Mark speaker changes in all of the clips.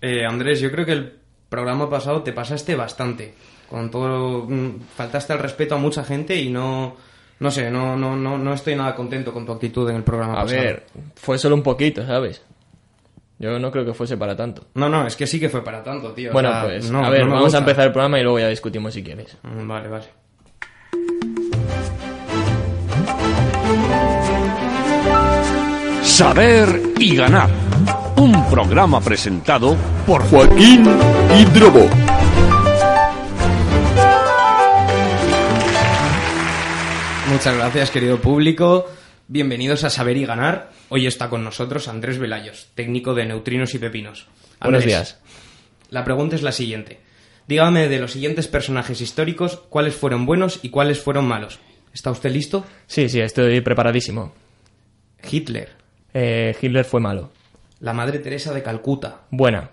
Speaker 1: Eh, Andrés, yo creo que el programa pasado te pasaste bastante. Con todo. mm, Faltaste al respeto a mucha gente y no. No sé, no, no, no, no estoy nada contento con tu actitud en el programa
Speaker 2: A
Speaker 1: pasado.
Speaker 2: ver, fue solo un poquito, ¿sabes? Yo no creo que fuese para tanto.
Speaker 1: No, no, es que sí que fue para tanto, tío. o
Speaker 2: Bueno,
Speaker 1: sea,
Speaker 2: pues,
Speaker 1: no,
Speaker 2: a ver,
Speaker 1: no me
Speaker 2: vamos a
Speaker 1: gusta.
Speaker 2: empezar el programa y luego ya discutimos si quieres.
Speaker 1: Mm, Vale, vale.
Speaker 3: Saber y ganar. Un programa presentado por Joaquín Hidrobo.
Speaker 1: Muchas gracias, querido público. Bienvenidos a Saber y Ganar. Hoy está con nosotros Andrés Velayos, técnico de neutrinos y pepinos.
Speaker 2: Buenos
Speaker 1: Andrés,
Speaker 2: días.
Speaker 1: La pregunta es la siguiente. Dígame de los siguientes personajes históricos, cuáles fueron buenos y cuáles fueron malos. ¿Está usted listo?
Speaker 2: Sí, sí, estoy preparadísimo.
Speaker 1: Hitler,
Speaker 2: Eh, Hitler fue malo.
Speaker 1: la Madre Teresa de Calcuta,
Speaker 2: Buena.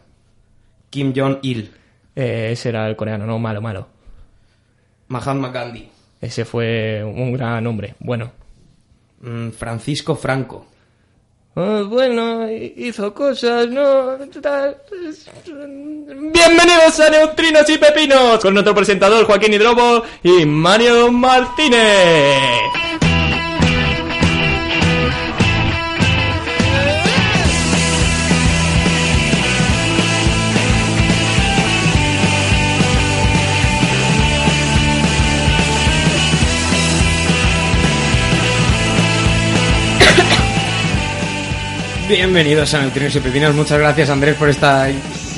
Speaker 1: Kim Jong-il,
Speaker 2: Eh, ese era el coreano, no malo, malo.
Speaker 1: Mahatma Gandhi,
Speaker 2: Ese fue un gran hombre. Bueno.
Speaker 1: mm, Francisco Franco,
Speaker 2: Ah, bueno, hizo cosas, ¿no? Tal. Bienvenidos a Neutrinos y Pepinos con nuestro presentador Joaquín Hidrobo y Mario Martínez.
Speaker 1: Bienvenidos a Neutrinos y Pepinos. Muchas gracias, Andrés, por esta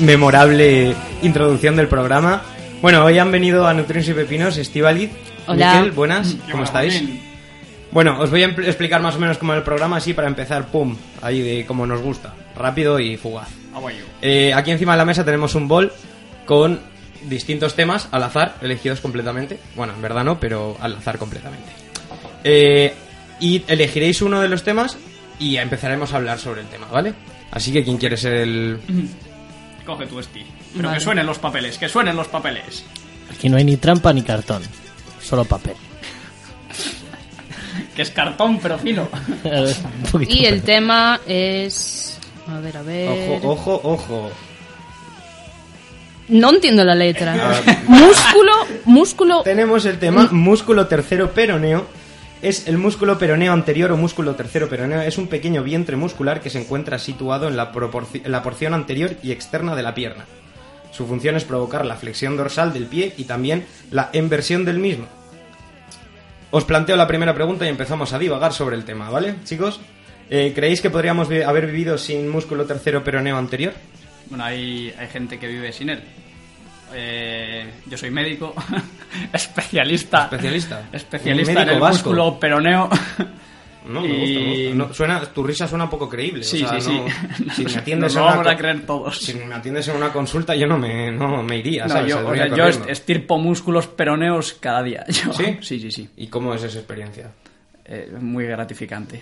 Speaker 1: memorable introducción del programa. Bueno, hoy han venido a Neutrinos y Pepinos Estivaliz,
Speaker 4: Hola.
Speaker 1: Miquel, buenas, ¿cómo estáis? Bueno, os voy a empl- explicar más o menos cómo es el programa, así para empezar, pum, ahí de como nos gusta, rápido y fugaz. Eh, aquí encima de la mesa tenemos un bol con distintos temas al azar, elegidos completamente. Bueno, en verdad no, pero al azar completamente. Eh, y elegiréis uno de los temas y empezaremos a hablar sobre el tema, ¿vale? Así que quien quiere ser el...
Speaker 5: Coge tu esti. Pero
Speaker 4: Vale.
Speaker 5: que suenen los papeles, que suenen los papeles.
Speaker 6: Aquí no hay ni trampa ni cartón, solo papel.
Speaker 5: Que es cartón, pero fino.
Speaker 6: Un poquito
Speaker 4: Y el
Speaker 6: peor.
Speaker 4: tema es... A ver, a ver...
Speaker 1: Ojo, ojo, ojo.
Speaker 4: No entiendo la letra.
Speaker 1: Ah,
Speaker 4: músculo, músculo...
Speaker 1: Tenemos el tema
Speaker 5: Mm.
Speaker 1: músculo tercero peroneo. Es el músculo peroneo anterior o músculo tercero peroneo. Es un pequeño vientre muscular que se encuentra situado en la, proporci- en la porción anterior y externa de la pierna. Su función es provocar la flexión dorsal del pie y también la inversión del mismo. Os planteo la primera pregunta y empezamos a divagar sobre el tema, ¿vale, chicos? Eh, ¿Creéis que podríamos vi- haber vivido sin músculo tercero peroneo anterior?
Speaker 5: Bueno, hay, hay gente que vive sin él. Eh, yo soy médico, especialista.
Speaker 1: Especialista.
Speaker 5: Especialista
Speaker 1: Médico
Speaker 5: en el
Speaker 1: vasco.
Speaker 5: músculo peroneo.
Speaker 1: No, me gusta, me
Speaker 5: Y-
Speaker 1: gusta. No, suena, tu risa suena poco creíble.
Speaker 5: sí,
Speaker 1: o sea,
Speaker 5: sí,
Speaker 1: no- Si
Speaker 5: sí.
Speaker 1: me atiendes
Speaker 5: Nos
Speaker 1: en
Speaker 5: lo
Speaker 1: una
Speaker 5: vamos a
Speaker 1: co-
Speaker 5: creer todos.
Speaker 1: Si me atiendes en una consulta, yo no me, no me iría,
Speaker 5: No,
Speaker 1: ¿sabes?
Speaker 5: yo, o
Speaker 1: Saldría
Speaker 5: sea, yo
Speaker 1: corriendo.
Speaker 5: est- estirpo músculos peroneos cada día. Yo-
Speaker 1: ¿Sí?
Speaker 5: Sí, sí, sí.
Speaker 1: ¿Y cómo es esa experiencia?
Speaker 5: Eh, muy gratificante.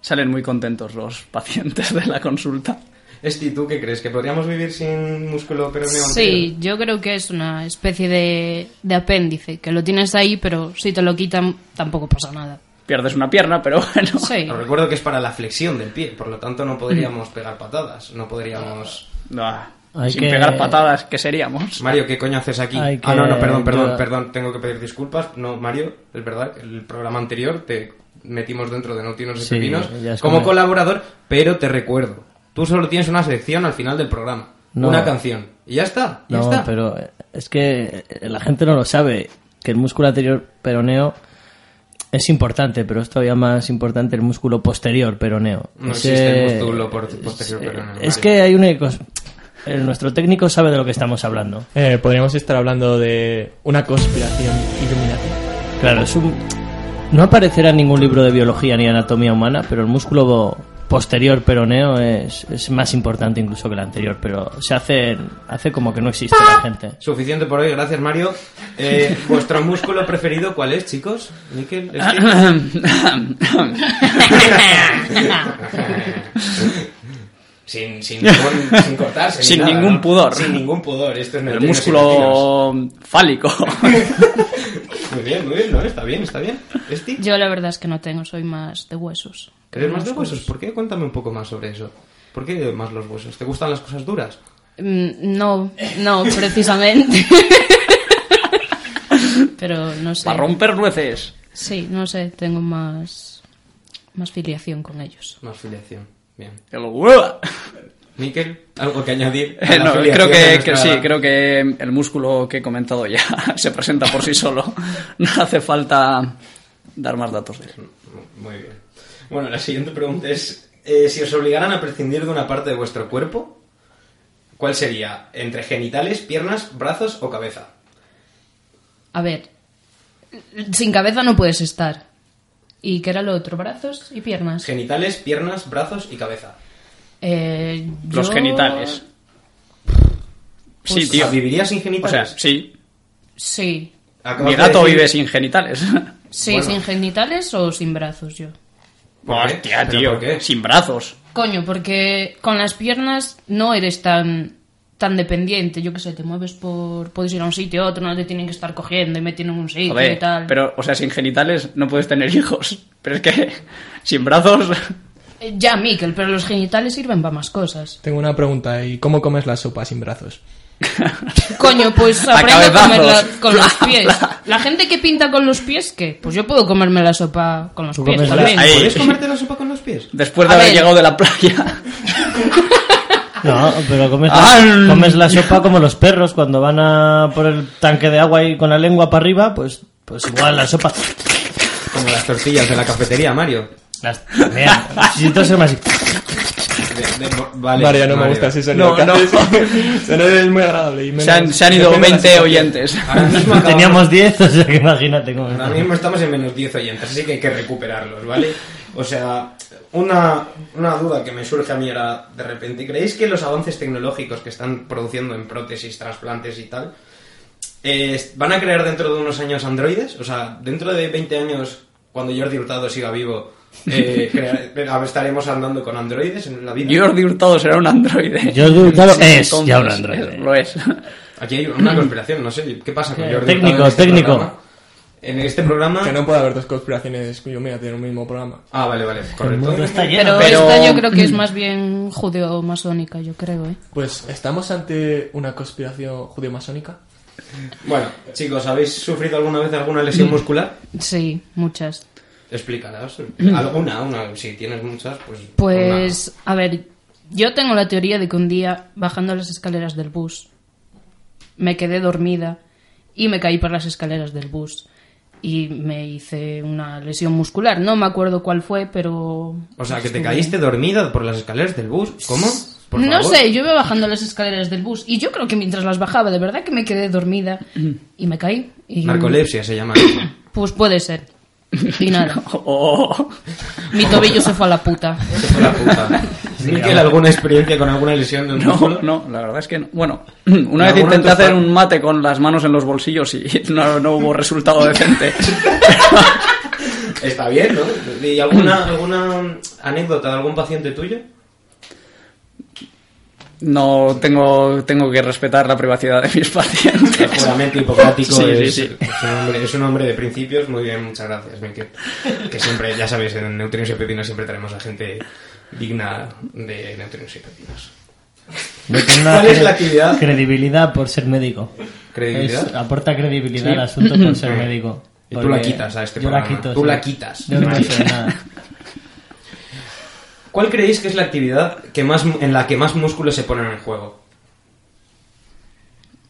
Speaker 5: Salen muy contentos los pacientes de la consulta.
Speaker 1: Esti, ¿tú qué crees? ¿Que podríamos vivir sin músculo peroneo
Speaker 4: Sí, yo creo que es una especie de, de apéndice, que lo tienes ahí, pero si te lo quitan tampoco pasa nada.
Speaker 5: Pierdes una pierna, pero bueno.
Speaker 4: Sí.
Speaker 1: Os recuerdo que es para la flexión del pie, por lo tanto no podríamos pegar patadas, no podríamos...
Speaker 5: Ah,
Speaker 6: Hay
Speaker 5: sin
Speaker 6: que-
Speaker 5: pegar patadas, ¿qué seríamos?
Speaker 1: Mario, ¿qué coño haces aquí?
Speaker 6: Ay,
Speaker 1: Ah, no, no,
Speaker 6: que
Speaker 1: perdón, perdón,
Speaker 6: yo-
Speaker 1: perdón, tengo que pedir disculpas. No, Mario, es verdad, que el programa anterior te metimos dentro de No Tienes
Speaker 6: Sí,
Speaker 1: Pepinos
Speaker 6: ya es
Speaker 1: como
Speaker 6: como-
Speaker 1: colaborador, pero te recuerdo, tú solo tienes una sección al final del programa,
Speaker 6: No.
Speaker 1: una canción, y ya está, ya
Speaker 6: No,
Speaker 1: está.
Speaker 6: pero eh, es que eh, la gente no lo sabe, que el músculo anterior peroneo es importante, pero es todavía más importante el músculo posterior peroneo.
Speaker 1: No existe el músculo por- posterior
Speaker 6: es- eh,
Speaker 1: peroneo,
Speaker 6: Es
Speaker 1: Mario.
Speaker 6: que hay una... cos- eh, Nuestro técnico sabe de lo que estamos hablando.
Speaker 2: Eh, podríamos estar hablando de una conspiración iluminati.
Speaker 6: Claro, es un... No aparecerá en ningún libro de biología ni anatomía humana, pero el músculo bo- posterior peroneo es, es más importante incluso que el anterior, pero se hace, hace como que no existe la gente.
Speaker 1: Suficiente por hoy, gracias Mario. Eh, ¿Vuestro músculo preferido cuál es, chicos? Miquel, Esti. sin, sin, con- sin cortarse. ni
Speaker 5: Sin
Speaker 1: nada,
Speaker 5: ningún
Speaker 1: ¿no?
Speaker 5: pudor.
Speaker 1: Sin ningún pudor. Esto es
Speaker 5: El
Speaker 1: neutrinos y pepinos.
Speaker 5: músculo fálico.
Speaker 1: Muy bien, muy bien, ¿no? Está bien, está bien. Esti.
Speaker 4: Yo la verdad es que no tengo, soy más de huesos.
Speaker 1: ¿Eres más de huesos? ¿Por qué? Cuéntame un poco más sobre eso. ¿Por qué más los huesos? ¿Te gustan las cosas duras?
Speaker 4: Mm, No, no, precisamente. Pero no sé.
Speaker 5: Para romper nueces.
Speaker 4: Sí, no sé, tengo más, más filiación con ellos.
Speaker 1: Más filiación. Bien.
Speaker 5: Que lo hueva.
Speaker 1: Miquel, ¿algo que añadir? a
Speaker 5: Eh,
Speaker 1: la
Speaker 5: no, creo
Speaker 1: filiación de
Speaker 5: que, que
Speaker 1: nuestra-
Speaker 5: sí, creo que el músculo que he comentado ya se presenta por sí solo. No hace falta dar más datos de él.
Speaker 1: Muy bien. Bueno, la siguiente pregunta es: eh, si os obligaran a prescindir de una parte de vuestro cuerpo, ¿cuál sería? ¿Entre genitales, piernas, brazos o cabeza?
Speaker 4: A ver, sin cabeza no puedes estar. ¿Y qué era lo otro? ¿Brazos y piernas?
Speaker 1: Genitales, piernas, brazos y cabeza.
Speaker 4: Eh, yo-
Speaker 5: Los genitales. Sí,
Speaker 1: O sea,
Speaker 5: tío.
Speaker 1: ¿Vivirías sin
Speaker 5: O sea,
Speaker 1: genitales?
Speaker 5: sí.
Speaker 4: Sí.
Speaker 1: Acabas
Speaker 5: Mi
Speaker 1: de
Speaker 5: gato
Speaker 1: decir-
Speaker 5: vive sin genitales.
Speaker 4: Sí,
Speaker 1: Bueno.
Speaker 4: sin genitales o sin brazos yo.
Speaker 1: ¿Por qué?
Speaker 5: Hostia,
Speaker 1: ¿Pero
Speaker 5: tío.
Speaker 1: por qué?
Speaker 5: Sin brazos.
Speaker 4: Coño, porque con las piernas no eres tan tan dependiente, yo qué sé, te mueves por puedes ir a un sitio, a otro, no te tienen que estar cogiendo y metiendo en un sitio y
Speaker 5: Joder,
Speaker 4: tal.
Speaker 5: pero, o sea, sin genitales no puedes tener hijos. Pero es que sin brazos...
Speaker 4: Eh, Ya, Miquel, pero los genitales sirven para más cosas.
Speaker 7: Tengo una pregunta, ¿y cómo comes la sopa sin brazos?
Speaker 4: Coño, pues
Speaker 5: A
Speaker 4: aprende a
Speaker 5: cabezazos.
Speaker 4: comerla con los
Speaker 5: Bla,
Speaker 4: pies.
Speaker 5: bla.
Speaker 4: La gente que pinta con los pies, ¿qué? Pues yo puedo comerme la sopa con los
Speaker 6: Tú
Speaker 4: pies
Speaker 6: comes la-
Speaker 4: también.
Speaker 5: Ahí.
Speaker 1: ¿Puedes comerte la sopa con los pies?
Speaker 5: Después de
Speaker 4: A
Speaker 5: haber
Speaker 4: ver.
Speaker 5: llegado de la playa.
Speaker 6: No, pero comes
Speaker 5: Ah,
Speaker 6: la, comes la sopa como los perros cuando van a por el tanque de agua y con la lengua para arriba, pues, pues igual la sopa.
Speaker 1: Como las tortillas de la cafetería, Mario.
Speaker 6: Las mean. Necesito ser más.
Speaker 1: De- de-
Speaker 7: Vale,
Speaker 1: vale,
Speaker 7: Mario, no me
Speaker 1: Mario.
Speaker 7: gusta ese sonido.
Speaker 5: No,
Speaker 7: que
Speaker 5: no.
Speaker 7: haces. Sonido es muy agradable. y menos-
Speaker 5: Se han, se han ido
Speaker 7: depende de la
Speaker 5: 20
Speaker 7: situación.
Speaker 5: oyentes.
Speaker 1: Ahora mismo acabamos-
Speaker 6: Teníamos 10, o sea que imagínate cómo.
Speaker 1: Ahora mismo estamos en menos 10 oyentes, así que hay que recuperarlos, ¿vale? O sea, una, una duda que me surge a mí ahora de repente. ¿Creéis que los avances tecnológicos que están produciendo en prótesis, trasplantes y tal, eh, van a crear dentro de unos años androides? O sea, dentro de 20 años, cuando Jordi Hurtado siga vivo, eh, crea- estaremos andando con androides en la vida.
Speaker 5: Jordi Hurtado será un androide.
Speaker 6: Jordi Hurtado
Speaker 5: Sí,
Speaker 6: es
Speaker 5: entonces,
Speaker 6: ya un androide.
Speaker 5: Lo es.
Speaker 1: Aquí hay una conspiración, no sé, ¿qué pasa con
Speaker 6: Eh,
Speaker 1: Jordi
Speaker 6: técnico,
Speaker 1: Hurtado en este
Speaker 6: técnico.
Speaker 1: programa? En este programa...
Speaker 7: Que no puede haber dos conspiraciones cuyo mira tiene un mismo programa.
Speaker 1: Ah, vale, vale,
Speaker 6: El
Speaker 1: correcto.
Speaker 6: mundo está lleno.
Speaker 4: Pero,
Speaker 5: Pero-
Speaker 4: esta yo creo que es más bien judeo-masónica, yo creo, ¿eh?
Speaker 7: Pues, ¿estamos ante una conspiración judeo-masónica?
Speaker 1: Bueno, chicos, ¿habéis sufrido alguna vez alguna
Speaker 6: Mm.
Speaker 1: lesión muscular?
Speaker 4: Sí, muchas.
Speaker 1: Explícalas. Alguna, una, si tienes muchas, pues.
Speaker 4: Pues, a ver, yo tengo la teoría de que un día, bajando las escaleras del bus, me quedé dormida y me caí por las escaleras del bus. Y me hice una lesión muscular. No me acuerdo cuál fue, pero...
Speaker 1: O sea, que te caíste dormida por las escaleras del bus. ¿Cómo? Por
Speaker 4: mm. no
Speaker 1: favor.
Speaker 4: sé, yo iba bajando las escaleras del bus y yo creo que mientras las bajaba, de verdad que me quedé dormida y me caí. Y...
Speaker 1: Narcolepsia se llama.
Speaker 4: Pues puede ser. Y nada,
Speaker 5: Oh.
Speaker 4: mi tobillo se fue a la puta.
Speaker 1: Se fue la puta. Miquel, alguna experiencia con alguna lesión de un
Speaker 5: No,
Speaker 1: músculo?
Speaker 5: no, la verdad es que no. Bueno, una vez
Speaker 1: Alguno
Speaker 5: intenté
Speaker 1: te
Speaker 5: hacer
Speaker 1: fa-
Speaker 5: un mate con las manos en los bolsillos y no, no hubo resultado decente.
Speaker 1: Está bien, ¿no? ¿Y alguna, alguna anécdota de algún paciente tuyo?
Speaker 5: No tengo, tengo que respetar la privacidad de mis
Speaker 1: El
Speaker 5: pacientes.
Speaker 1: juramento hipocrático
Speaker 5: Sí, sí,
Speaker 1: es,
Speaker 5: sí.
Speaker 1: Es, un hombre, es un hombre de principios. Muy bien, muchas gracias, Miquel. Que siempre, ya sabéis, en Neutrinos y Pepinos siempre traemos a gente digna de Neutrinos y Pepinos.
Speaker 6: No tengo
Speaker 1: ¿Cuál es
Speaker 6: cre-
Speaker 1: la actividad?
Speaker 6: Credibilidad por ser médico.
Speaker 1: ¿Credibilidad?
Speaker 6: Es- ah, aporta credibilidad
Speaker 1: Sí.
Speaker 6: al asunto por ser
Speaker 1: Sí.
Speaker 6: médico.
Speaker 1: Y tú la
Speaker 6: Porque
Speaker 1: quitas a este
Speaker 6: yo
Speaker 1: programa.
Speaker 6: La quito,
Speaker 1: Tú
Speaker 6: sí.
Speaker 1: la quitas.
Speaker 6: Yo no sé nada.
Speaker 1: ¿Cuál creéis que es la actividad que más, en la que más músculos se ponen en juego?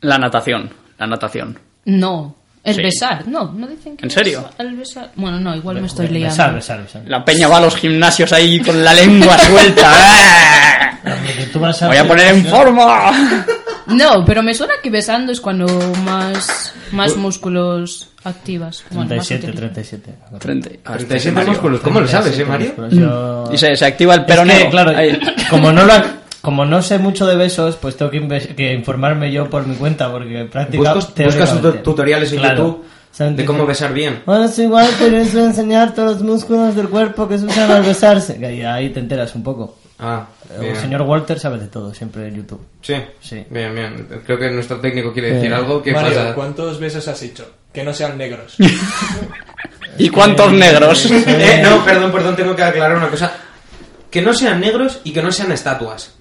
Speaker 5: La natación, la natación.
Speaker 4: No, el
Speaker 5: Sí.
Speaker 4: besar, no, no dicen que
Speaker 5: ¿En serio?
Speaker 4: besa- el besar. Bueno, no, igual me estoy liando.
Speaker 6: Salve, salve, salve.
Speaker 5: La peña va a los gimnasios ahí con la lengua suelta. ¡Ah!
Speaker 6: Porque tú vas
Speaker 5: Voy a poner en forma.
Speaker 4: No, pero me suena que besando es cuando más más músculos activas. Bueno, más
Speaker 6: 37,
Speaker 4: utilizas.
Speaker 6: 37.
Speaker 5: Frente- ah,
Speaker 1: 37
Speaker 5: Mario.
Speaker 1: músculos. ¿Cómo lo sabes, eh, Mario?
Speaker 6: Pues yo-
Speaker 5: Y se, se activa el
Speaker 6: Es que,
Speaker 5: peroneo.
Speaker 6: claro,
Speaker 5: Ahí.
Speaker 6: como no lo ha- como no sé mucho de besos, pues tengo que, inves- que informarme yo por mi cuenta, porque prácticamente...
Speaker 1: Buscas, buscas tut- tutoriales en YouTube de cómo besar bien.
Speaker 6: Bueno, "Oh, es igual, pero es enseñar todos los músculos del cuerpo que se usan al besarse. Que ahí- ahí te enteras un poco.
Speaker 1: Ah,
Speaker 6: El
Speaker 1: bien.
Speaker 6: señor Walter sabe de todo, siempre en YouTube.
Speaker 1: Sí.
Speaker 6: Sí.
Speaker 1: Bien, bien. Creo que nuestro técnico quiere decir
Speaker 6: Eh,
Speaker 1: algo. ¿Qué
Speaker 7: Mario,
Speaker 1: pasa?
Speaker 7: ¿cuántos besos has hecho? Que no sean negros.
Speaker 5: ¿Y cuántos negros?
Speaker 1: Eh, no, perdón, perdón, tengo que aclarar una cosa. Que no sean negros y que no sean estatuas.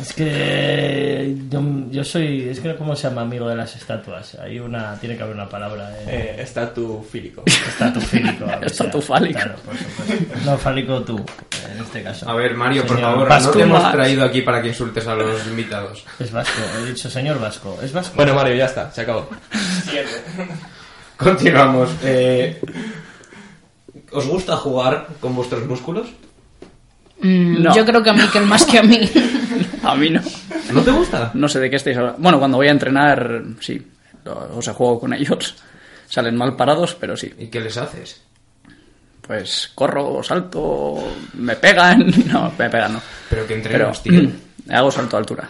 Speaker 6: Es que yo, yo soy, es que no- cómo se llama amigo de las estatuas. Hay una, tiene que haber una palabra. Eh.
Speaker 7: Eh, estatu fílico.
Speaker 6: Estatufílico. o sea,
Speaker 5: Estatufálico.
Speaker 6: Claro, por
Speaker 7: Eh.
Speaker 6: supuesto. No, fálico tú, en este caso.
Speaker 1: A ver, Mario, por
Speaker 6: Señor
Speaker 1: favor, no
Speaker 5: Vasco
Speaker 1: te hemos
Speaker 5: Max.
Speaker 1: traído aquí para que insultes a los invitados.
Speaker 6: Es vasco, he dicho señor vasco. Es vasco.
Speaker 7: Bueno, Mario, ya está, se acabó.
Speaker 1: Continuamos. eh, ¿Os gusta jugar con vuestros músculos?
Speaker 4: Mm,
Speaker 5: No.
Speaker 4: Yo creo que a Miquel más que a mí.
Speaker 5: A mí no.
Speaker 1: ¿No te gusta?
Speaker 5: No sé de qué estáis hablando. Bueno, cuando voy a entrenar, sí. O sea, juego con ellos. Salen mal parados, pero sí.
Speaker 1: ¿Y qué les haces?
Speaker 5: Pues corro, salto, me pegan. No, me pegan no.
Speaker 1: Pero que
Speaker 5: Pero
Speaker 1: entrenas, tío.
Speaker 5: hago salto a altura.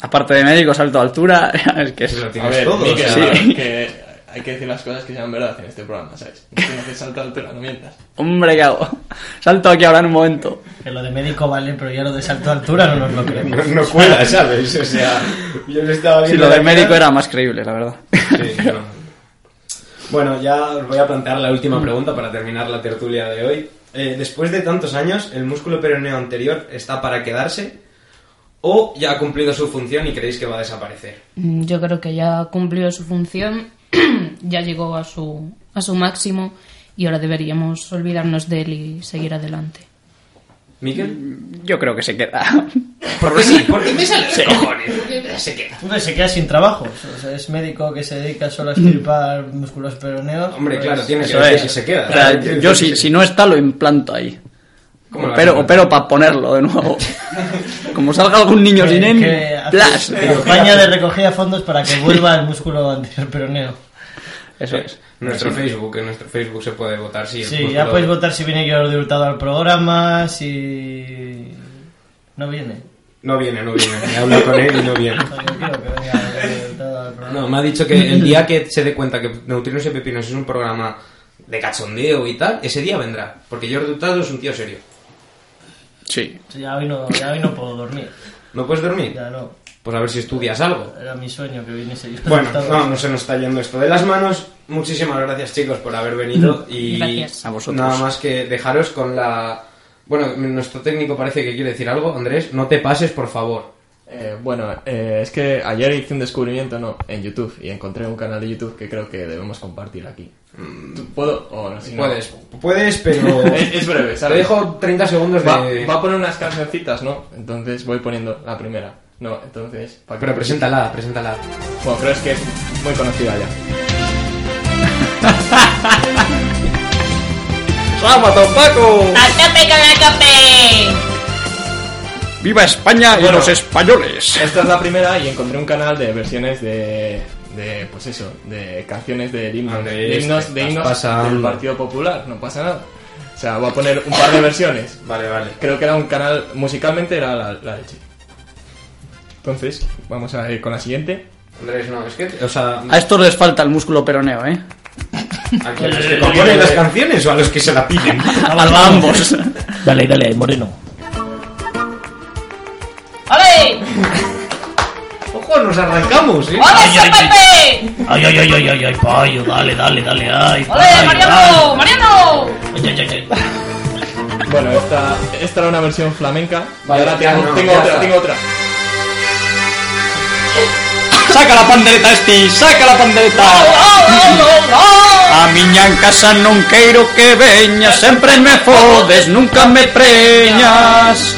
Speaker 5: Aparte de médico, salto a altura. Es que es...
Speaker 1: Lo
Speaker 7: A
Speaker 1: tienes
Speaker 7: ver,
Speaker 1: todo. o
Speaker 7: Mikel,
Speaker 1: sea,
Speaker 5: sí.
Speaker 7: que hay que decir las cosas que sean verdad en este programa, ¿sabes? No tienes que saltar altura, no mientas.
Speaker 5: Hombre, ¿qué hago? Salto aquí ahora en un momento.
Speaker 6: Que lo de médico vale, pero ya lo de salto de altura no nos lo
Speaker 1: No,
Speaker 6: creemos.
Speaker 1: no cuela, ¿sabes? O sea, yo le estaba
Speaker 5: Si
Speaker 1: viendo.
Speaker 5: lo del
Speaker 1: la
Speaker 5: médico
Speaker 1: cara-
Speaker 5: era más creíble, la verdad.
Speaker 1: Sí, no. Bueno, ya os voy a plantear la última pregunta para terminar la tertulia de hoy. Eh, después de tantos años, ¿el músculo peroneo anterior está para quedarse? ¿O ya ha cumplido su función y creéis que va a desaparecer?
Speaker 4: Mm, Yo creo que ya cumplió su función, ya llegó a su, a su máximo y ahora deberíamos olvidarnos de él y seguir adelante.
Speaker 1: ¿Miquel?
Speaker 5: Yo creo que se queda.
Speaker 1: Porque sí, porque me sale los cojones. porque Se queda.
Speaker 6: Hombre, se queda sin trabajo. O sea, es médico que se dedica solo a estripar músculos peroneos.
Speaker 1: Hombre,
Speaker 6: pues-
Speaker 1: claro, tiene que
Speaker 5: Eso
Speaker 1: decir
Speaker 5: es.
Speaker 1: que se queda.
Speaker 5: O sea,
Speaker 1: Claro, tiene
Speaker 5: yo
Speaker 1: que
Speaker 5: si,
Speaker 1: decir
Speaker 5: si no está, lo implanto ahí.
Speaker 1: ¿Cómo lo
Speaker 5: opero
Speaker 1: vas a
Speaker 5: opero para ponerlo de nuevo. Como salga algún niño sin
Speaker 6: que,
Speaker 5: él,
Speaker 6: que
Speaker 5: ¡plas!
Speaker 6: hace campaña de recogida de fondos para que vuelva el músculo anterior peroneo.
Speaker 5: Eso es.
Speaker 1: Nuestro Facebook, en nuestro Facebook se puede votar si el
Speaker 6: Sí,
Speaker 1: músculo-
Speaker 6: ya podéis votar si viene Guillermo de Hurtado al programa, si no viene.
Speaker 1: No viene, no viene. He hablado con él y no viene.
Speaker 6: No, yo quiero que venga Guillermo de Hurtado al programa.
Speaker 1: No, me ha dicho que el día que se dé cuenta que Neutrinos y Pepinos es un programa de cachondeo y tal, ese día vendrá. Porque Jordi Hurtado es un tío serio.
Speaker 5: Sí.
Speaker 6: Ya hoy no, ya hoy no puedo dormir.
Speaker 1: ¿No puedes dormir?
Speaker 6: Ya no.
Speaker 1: Pues a ver si estudias algo.
Speaker 6: Era mi sueño que viniese Guillermo de
Speaker 1: Bueno,
Speaker 6: Hurtado.
Speaker 1: no, no se nos está yendo esto de las manos. Muchísimas gracias, chicos, por haber venido. Y
Speaker 4: Gracias.
Speaker 5: A vosotros.
Speaker 1: Nada más que dejaros con la. Bueno, nuestro técnico parece que quiere decir algo. Andrés, no te pases, por favor.
Speaker 7: Eh, bueno, eh, es que ayer hice un descubrimiento, no, en YouTube, y encontré un canal de YouTube que creo que debemos compartir aquí. ¿Tú- ¿Puedo? O no, si no-
Speaker 1: Puedes, puedes, pero.
Speaker 7: Es, es breve,
Speaker 1: Te
Speaker 7: ¿sabes?
Speaker 1: dejo 30 segundos
Speaker 7: Va,
Speaker 1: de.
Speaker 7: va a poner unas cancioncitas, ¿no? Entonces voy poniendo la primera. No, entonces... ¿para qué?
Speaker 1: Pero preséntala, preséntala.
Speaker 7: Bueno, creo es que es muy conocida ya.
Speaker 5: ¡Vamos, don Paco!
Speaker 4: ¡A tope con la tope!
Speaker 5: ¡Viva España y
Speaker 7: Bueno.
Speaker 5: los españoles!
Speaker 7: Esta es la primera y encontré un canal de versiones de, de pues eso, de canciones de himnos,
Speaker 1: Hombre,
Speaker 7: de himnos,
Speaker 1: te
Speaker 7: de
Speaker 1: estás
Speaker 7: himnos del
Speaker 1: pasando.
Speaker 7: Partido Popular, no pasa nada. O sea, voy a poner un par de versiones.
Speaker 1: Vale, vale.
Speaker 7: Creo que era un canal, musicalmente era la, la leche. Entonces, vamos a ir con la siguiente.
Speaker 1: Andrés, no, es que. O sea,
Speaker 5: A estos les falta el músculo peroneo, ¿eh?
Speaker 1: ¿a los que componen las canciones o a los que se la piden?
Speaker 5: A ambos.
Speaker 6: Dale, dale, Moreno.
Speaker 4: ¡Ole!
Speaker 1: Ojo, nos arrancamos, ¿eh?
Speaker 4: ¡Ole,
Speaker 6: Ay, ay,
Speaker 4: San Pepe!
Speaker 6: Ay, ay, ay, ay, ay, ay, payo, dale, dale, dale, ay.
Speaker 4: ¡Ole,
Speaker 6: payo,
Speaker 4: Mariano! ¡Mariano!
Speaker 6: ay. Ay, ay, ay, ay.
Speaker 7: Bueno, esta, esta era una versión flamenca.
Speaker 1: Vale,
Speaker 7: y ahora
Speaker 1: ya
Speaker 7: tengo,
Speaker 1: no,
Speaker 7: tengo
Speaker 1: ya
Speaker 7: otra,
Speaker 1: está.
Speaker 7: tengo otra.
Speaker 5: ¡Saca la pandereta, Esti! ¡Saca la pandereta! A miña en casa non queiro que veñas Sempre me fodes, nunca me preñas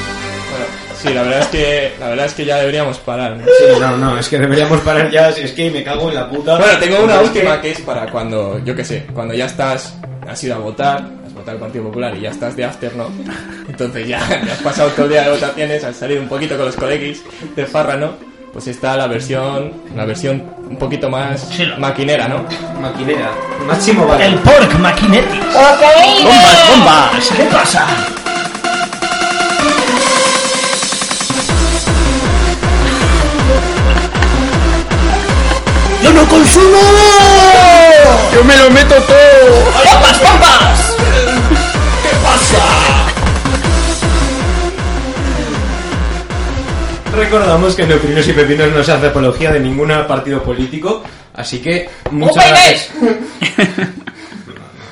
Speaker 7: Bueno, sí, la verdad es que, la verdad es que ya deberíamos parar. ¿no?
Speaker 1: Sí, no, no, es que deberíamos parar ya, si es que me cago en la puta.
Speaker 7: Bueno, tengo una
Speaker 1: Es
Speaker 7: última que es para cuando, yo qué sé, cuando ya estás, has ido a votar, has votado al Partido Popular y ya estás de after, ¿no? Entonces ya, ya has pasado todo el día de votaciones, has salido un poquito con los colegis de farra, ¿no? Pues está la versión, la versión un poquito más
Speaker 6: Sí, la-
Speaker 7: maquinera, ¿no?
Speaker 1: Maquinera. Máximo vale.
Speaker 6: El pork maquinetti.
Speaker 5: ¡Bombas, bombas!
Speaker 6: ¿Qué pasa?
Speaker 5: ¡Yo no consumo! ¡Yo me lo meto todo! ¡Bombas, bombas! ¿Qué pasa?
Speaker 1: Recordamos que Neutrinos y Pepinos no se hace apología de ningún partido político, así que muchas
Speaker 4: ¡UPyD!
Speaker 1: gracias.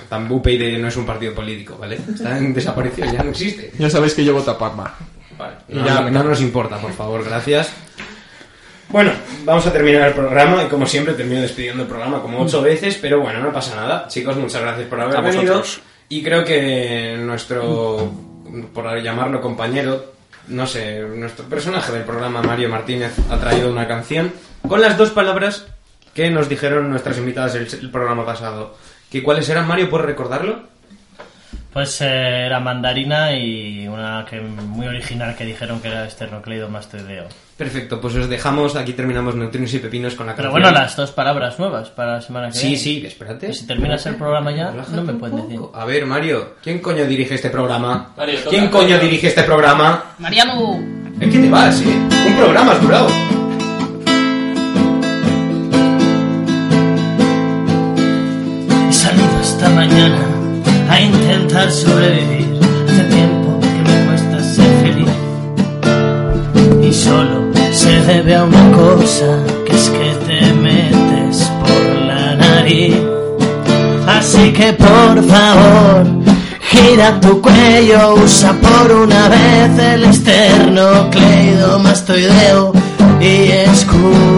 Speaker 1: No, no, Tan UPyD no es un partido político, ¿vale? Está en desaparecido, ya no existe.
Speaker 7: Ya sabéis que yo voto a Pacma.
Speaker 1: Y ya, no nos importa, por favor, gracias. Bueno, vamos a terminar el programa y como siempre termino despidiendo el programa como ocho veces, pero bueno, no pasa nada. Chicos, muchas gracias por haber
Speaker 5: A
Speaker 1: venido.
Speaker 5: vosotros.
Speaker 1: Y creo que nuestro, por llamarlo compañero, no sé, nuestro personaje del programa, Mario Martínez, ha traído una canción con las dos palabras que nos dijeron nuestras invitadas el, el programa pasado. ¿Que ¿Cuáles eran, Mario? ¿Puedes recordarlo?
Speaker 6: Pues eh, era mandarina y una que muy original que dijeron que era esternocleidomastoideo.
Speaker 1: Perfecto, pues os dejamos, aquí terminamos Neutrinos y Pepinos con la
Speaker 6: Pero
Speaker 1: canción.
Speaker 6: bueno, las dos palabras nuevas para la semana que
Speaker 1: Sí,
Speaker 6: viene.
Speaker 1: sí, espérate.
Speaker 6: ¿Eh? Pues Si terminas el programa ya,
Speaker 1: Relájate
Speaker 6: no me
Speaker 1: un
Speaker 6: puedes
Speaker 1: poco.
Speaker 6: decir.
Speaker 1: A ver, Mario, ¿quién coño dirige este programa?
Speaker 7: Mario, toca.
Speaker 1: ¿Quién coño dirige este programa?
Speaker 4: Mariano.
Speaker 1: Es que te vas, ¿eh? Un programa has durado.
Speaker 6: He salido esta mañana a intentar sobrevivir. Hace tiempo que me cuesta ser feliz. Y solo se debe a una cosa, que es que te metes por la nariz. Así que por favor, gira tu cuello, usa por una vez el externo cleidomastoideo y escúchame.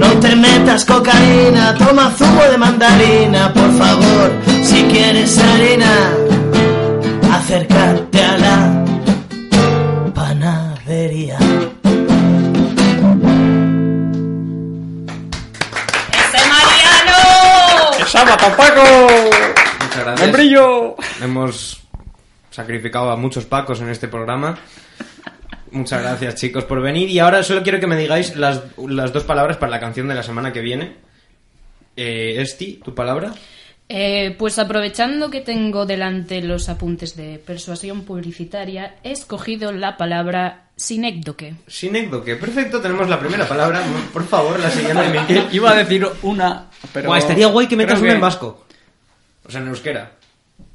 Speaker 6: No te metas cocaína, toma zumo de mandarina, por favor, si quieres harina, acércate a la panadería.
Speaker 4: ¡Ese Mariano!
Speaker 2: ¡Sábado, Paco!
Speaker 1: Muchas gracias.
Speaker 2: ¡En brillo!
Speaker 1: Hemos sacrificado a muchos pacos en este programa. Muchas gracias, chicos, por venir. Y ahora solo quiero que me digáis las, las dos palabras para la canción de la semana que viene. Eh, Esti, ¿tu palabra?
Speaker 4: Eh, pues aprovechando que tengo delante los apuntes de persuasión publicitaria, he escogido la palabra sinécdoque.
Speaker 1: Sinécdoque. Perfecto, tenemos la primera palabra. Por favor, la siguiente, Miguel.
Speaker 5: Iba a decir una, pero.
Speaker 1: Guau, estaría guay que metas
Speaker 5: creo
Speaker 1: una en vasco. O sea, en euskera.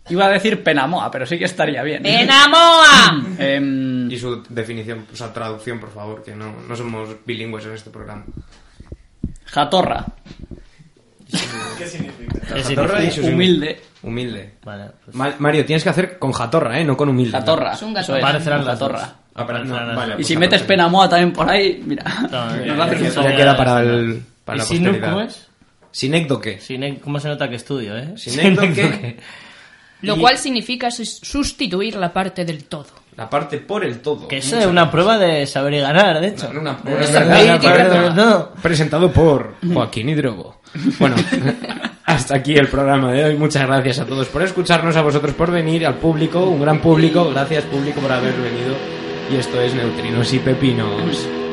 Speaker 5: Iba a decir penamoa, pero sí que estaría bien.
Speaker 4: ¡Enamoa!
Speaker 5: Em,
Speaker 1: Y su definición, o sea, traducción, por favor, que no, no somos bilingües en este programa.
Speaker 5: jatorra.
Speaker 1: Jatorra y sus-
Speaker 5: Humilde.
Speaker 1: Humilde.
Speaker 6: Vale, pues
Speaker 1: Ma- Mario, tienes que hacer con jatorra, ¿eh? No con humilde.
Speaker 5: Jatorra.
Speaker 4: Es un gato.
Speaker 5: eso es,
Speaker 6: Aparecerán las dos.
Speaker 5: jatorra.
Speaker 1: Ah, pero no,
Speaker 6: Aparecerán
Speaker 1: vale.
Speaker 6: las
Speaker 5: Y si
Speaker 1: Pues
Speaker 5: metes
Speaker 1: aparece.
Speaker 5: penamoa también por ahí, mira.
Speaker 6: No, eh,
Speaker 5: nos
Speaker 6: ya,
Speaker 5: va a hacer
Speaker 1: Ya,
Speaker 5: un
Speaker 1: ya
Speaker 5: favor.
Speaker 1: queda para el... Para
Speaker 6: ¿Y
Speaker 1: la
Speaker 6: Sinu,
Speaker 1: posteridad.
Speaker 6: cómo es?
Speaker 1: Sinécdoque.
Speaker 6: Sine- ¿Cómo se nota que estudio, eh?
Speaker 1: Sinécdoque.
Speaker 4: Lo cual significa sus- sustituir la parte del todo.
Speaker 1: La parte por el todo.
Speaker 6: Que eso es una prueba de saber y ganar, de hecho.
Speaker 1: Una- una-
Speaker 6: Eh,
Speaker 1: es
Speaker 6: saber
Speaker 1: verdad,
Speaker 6: y ganar, no.
Speaker 1: Presentado por Joaquín Hidrobo. Bueno, hasta aquí el programa de hoy. Muchas gracias a todos por escucharnos, a vosotros por venir, al público, un gran público. Gracias, público, por haber venido. Y esto es Neutrinos y Pepinos.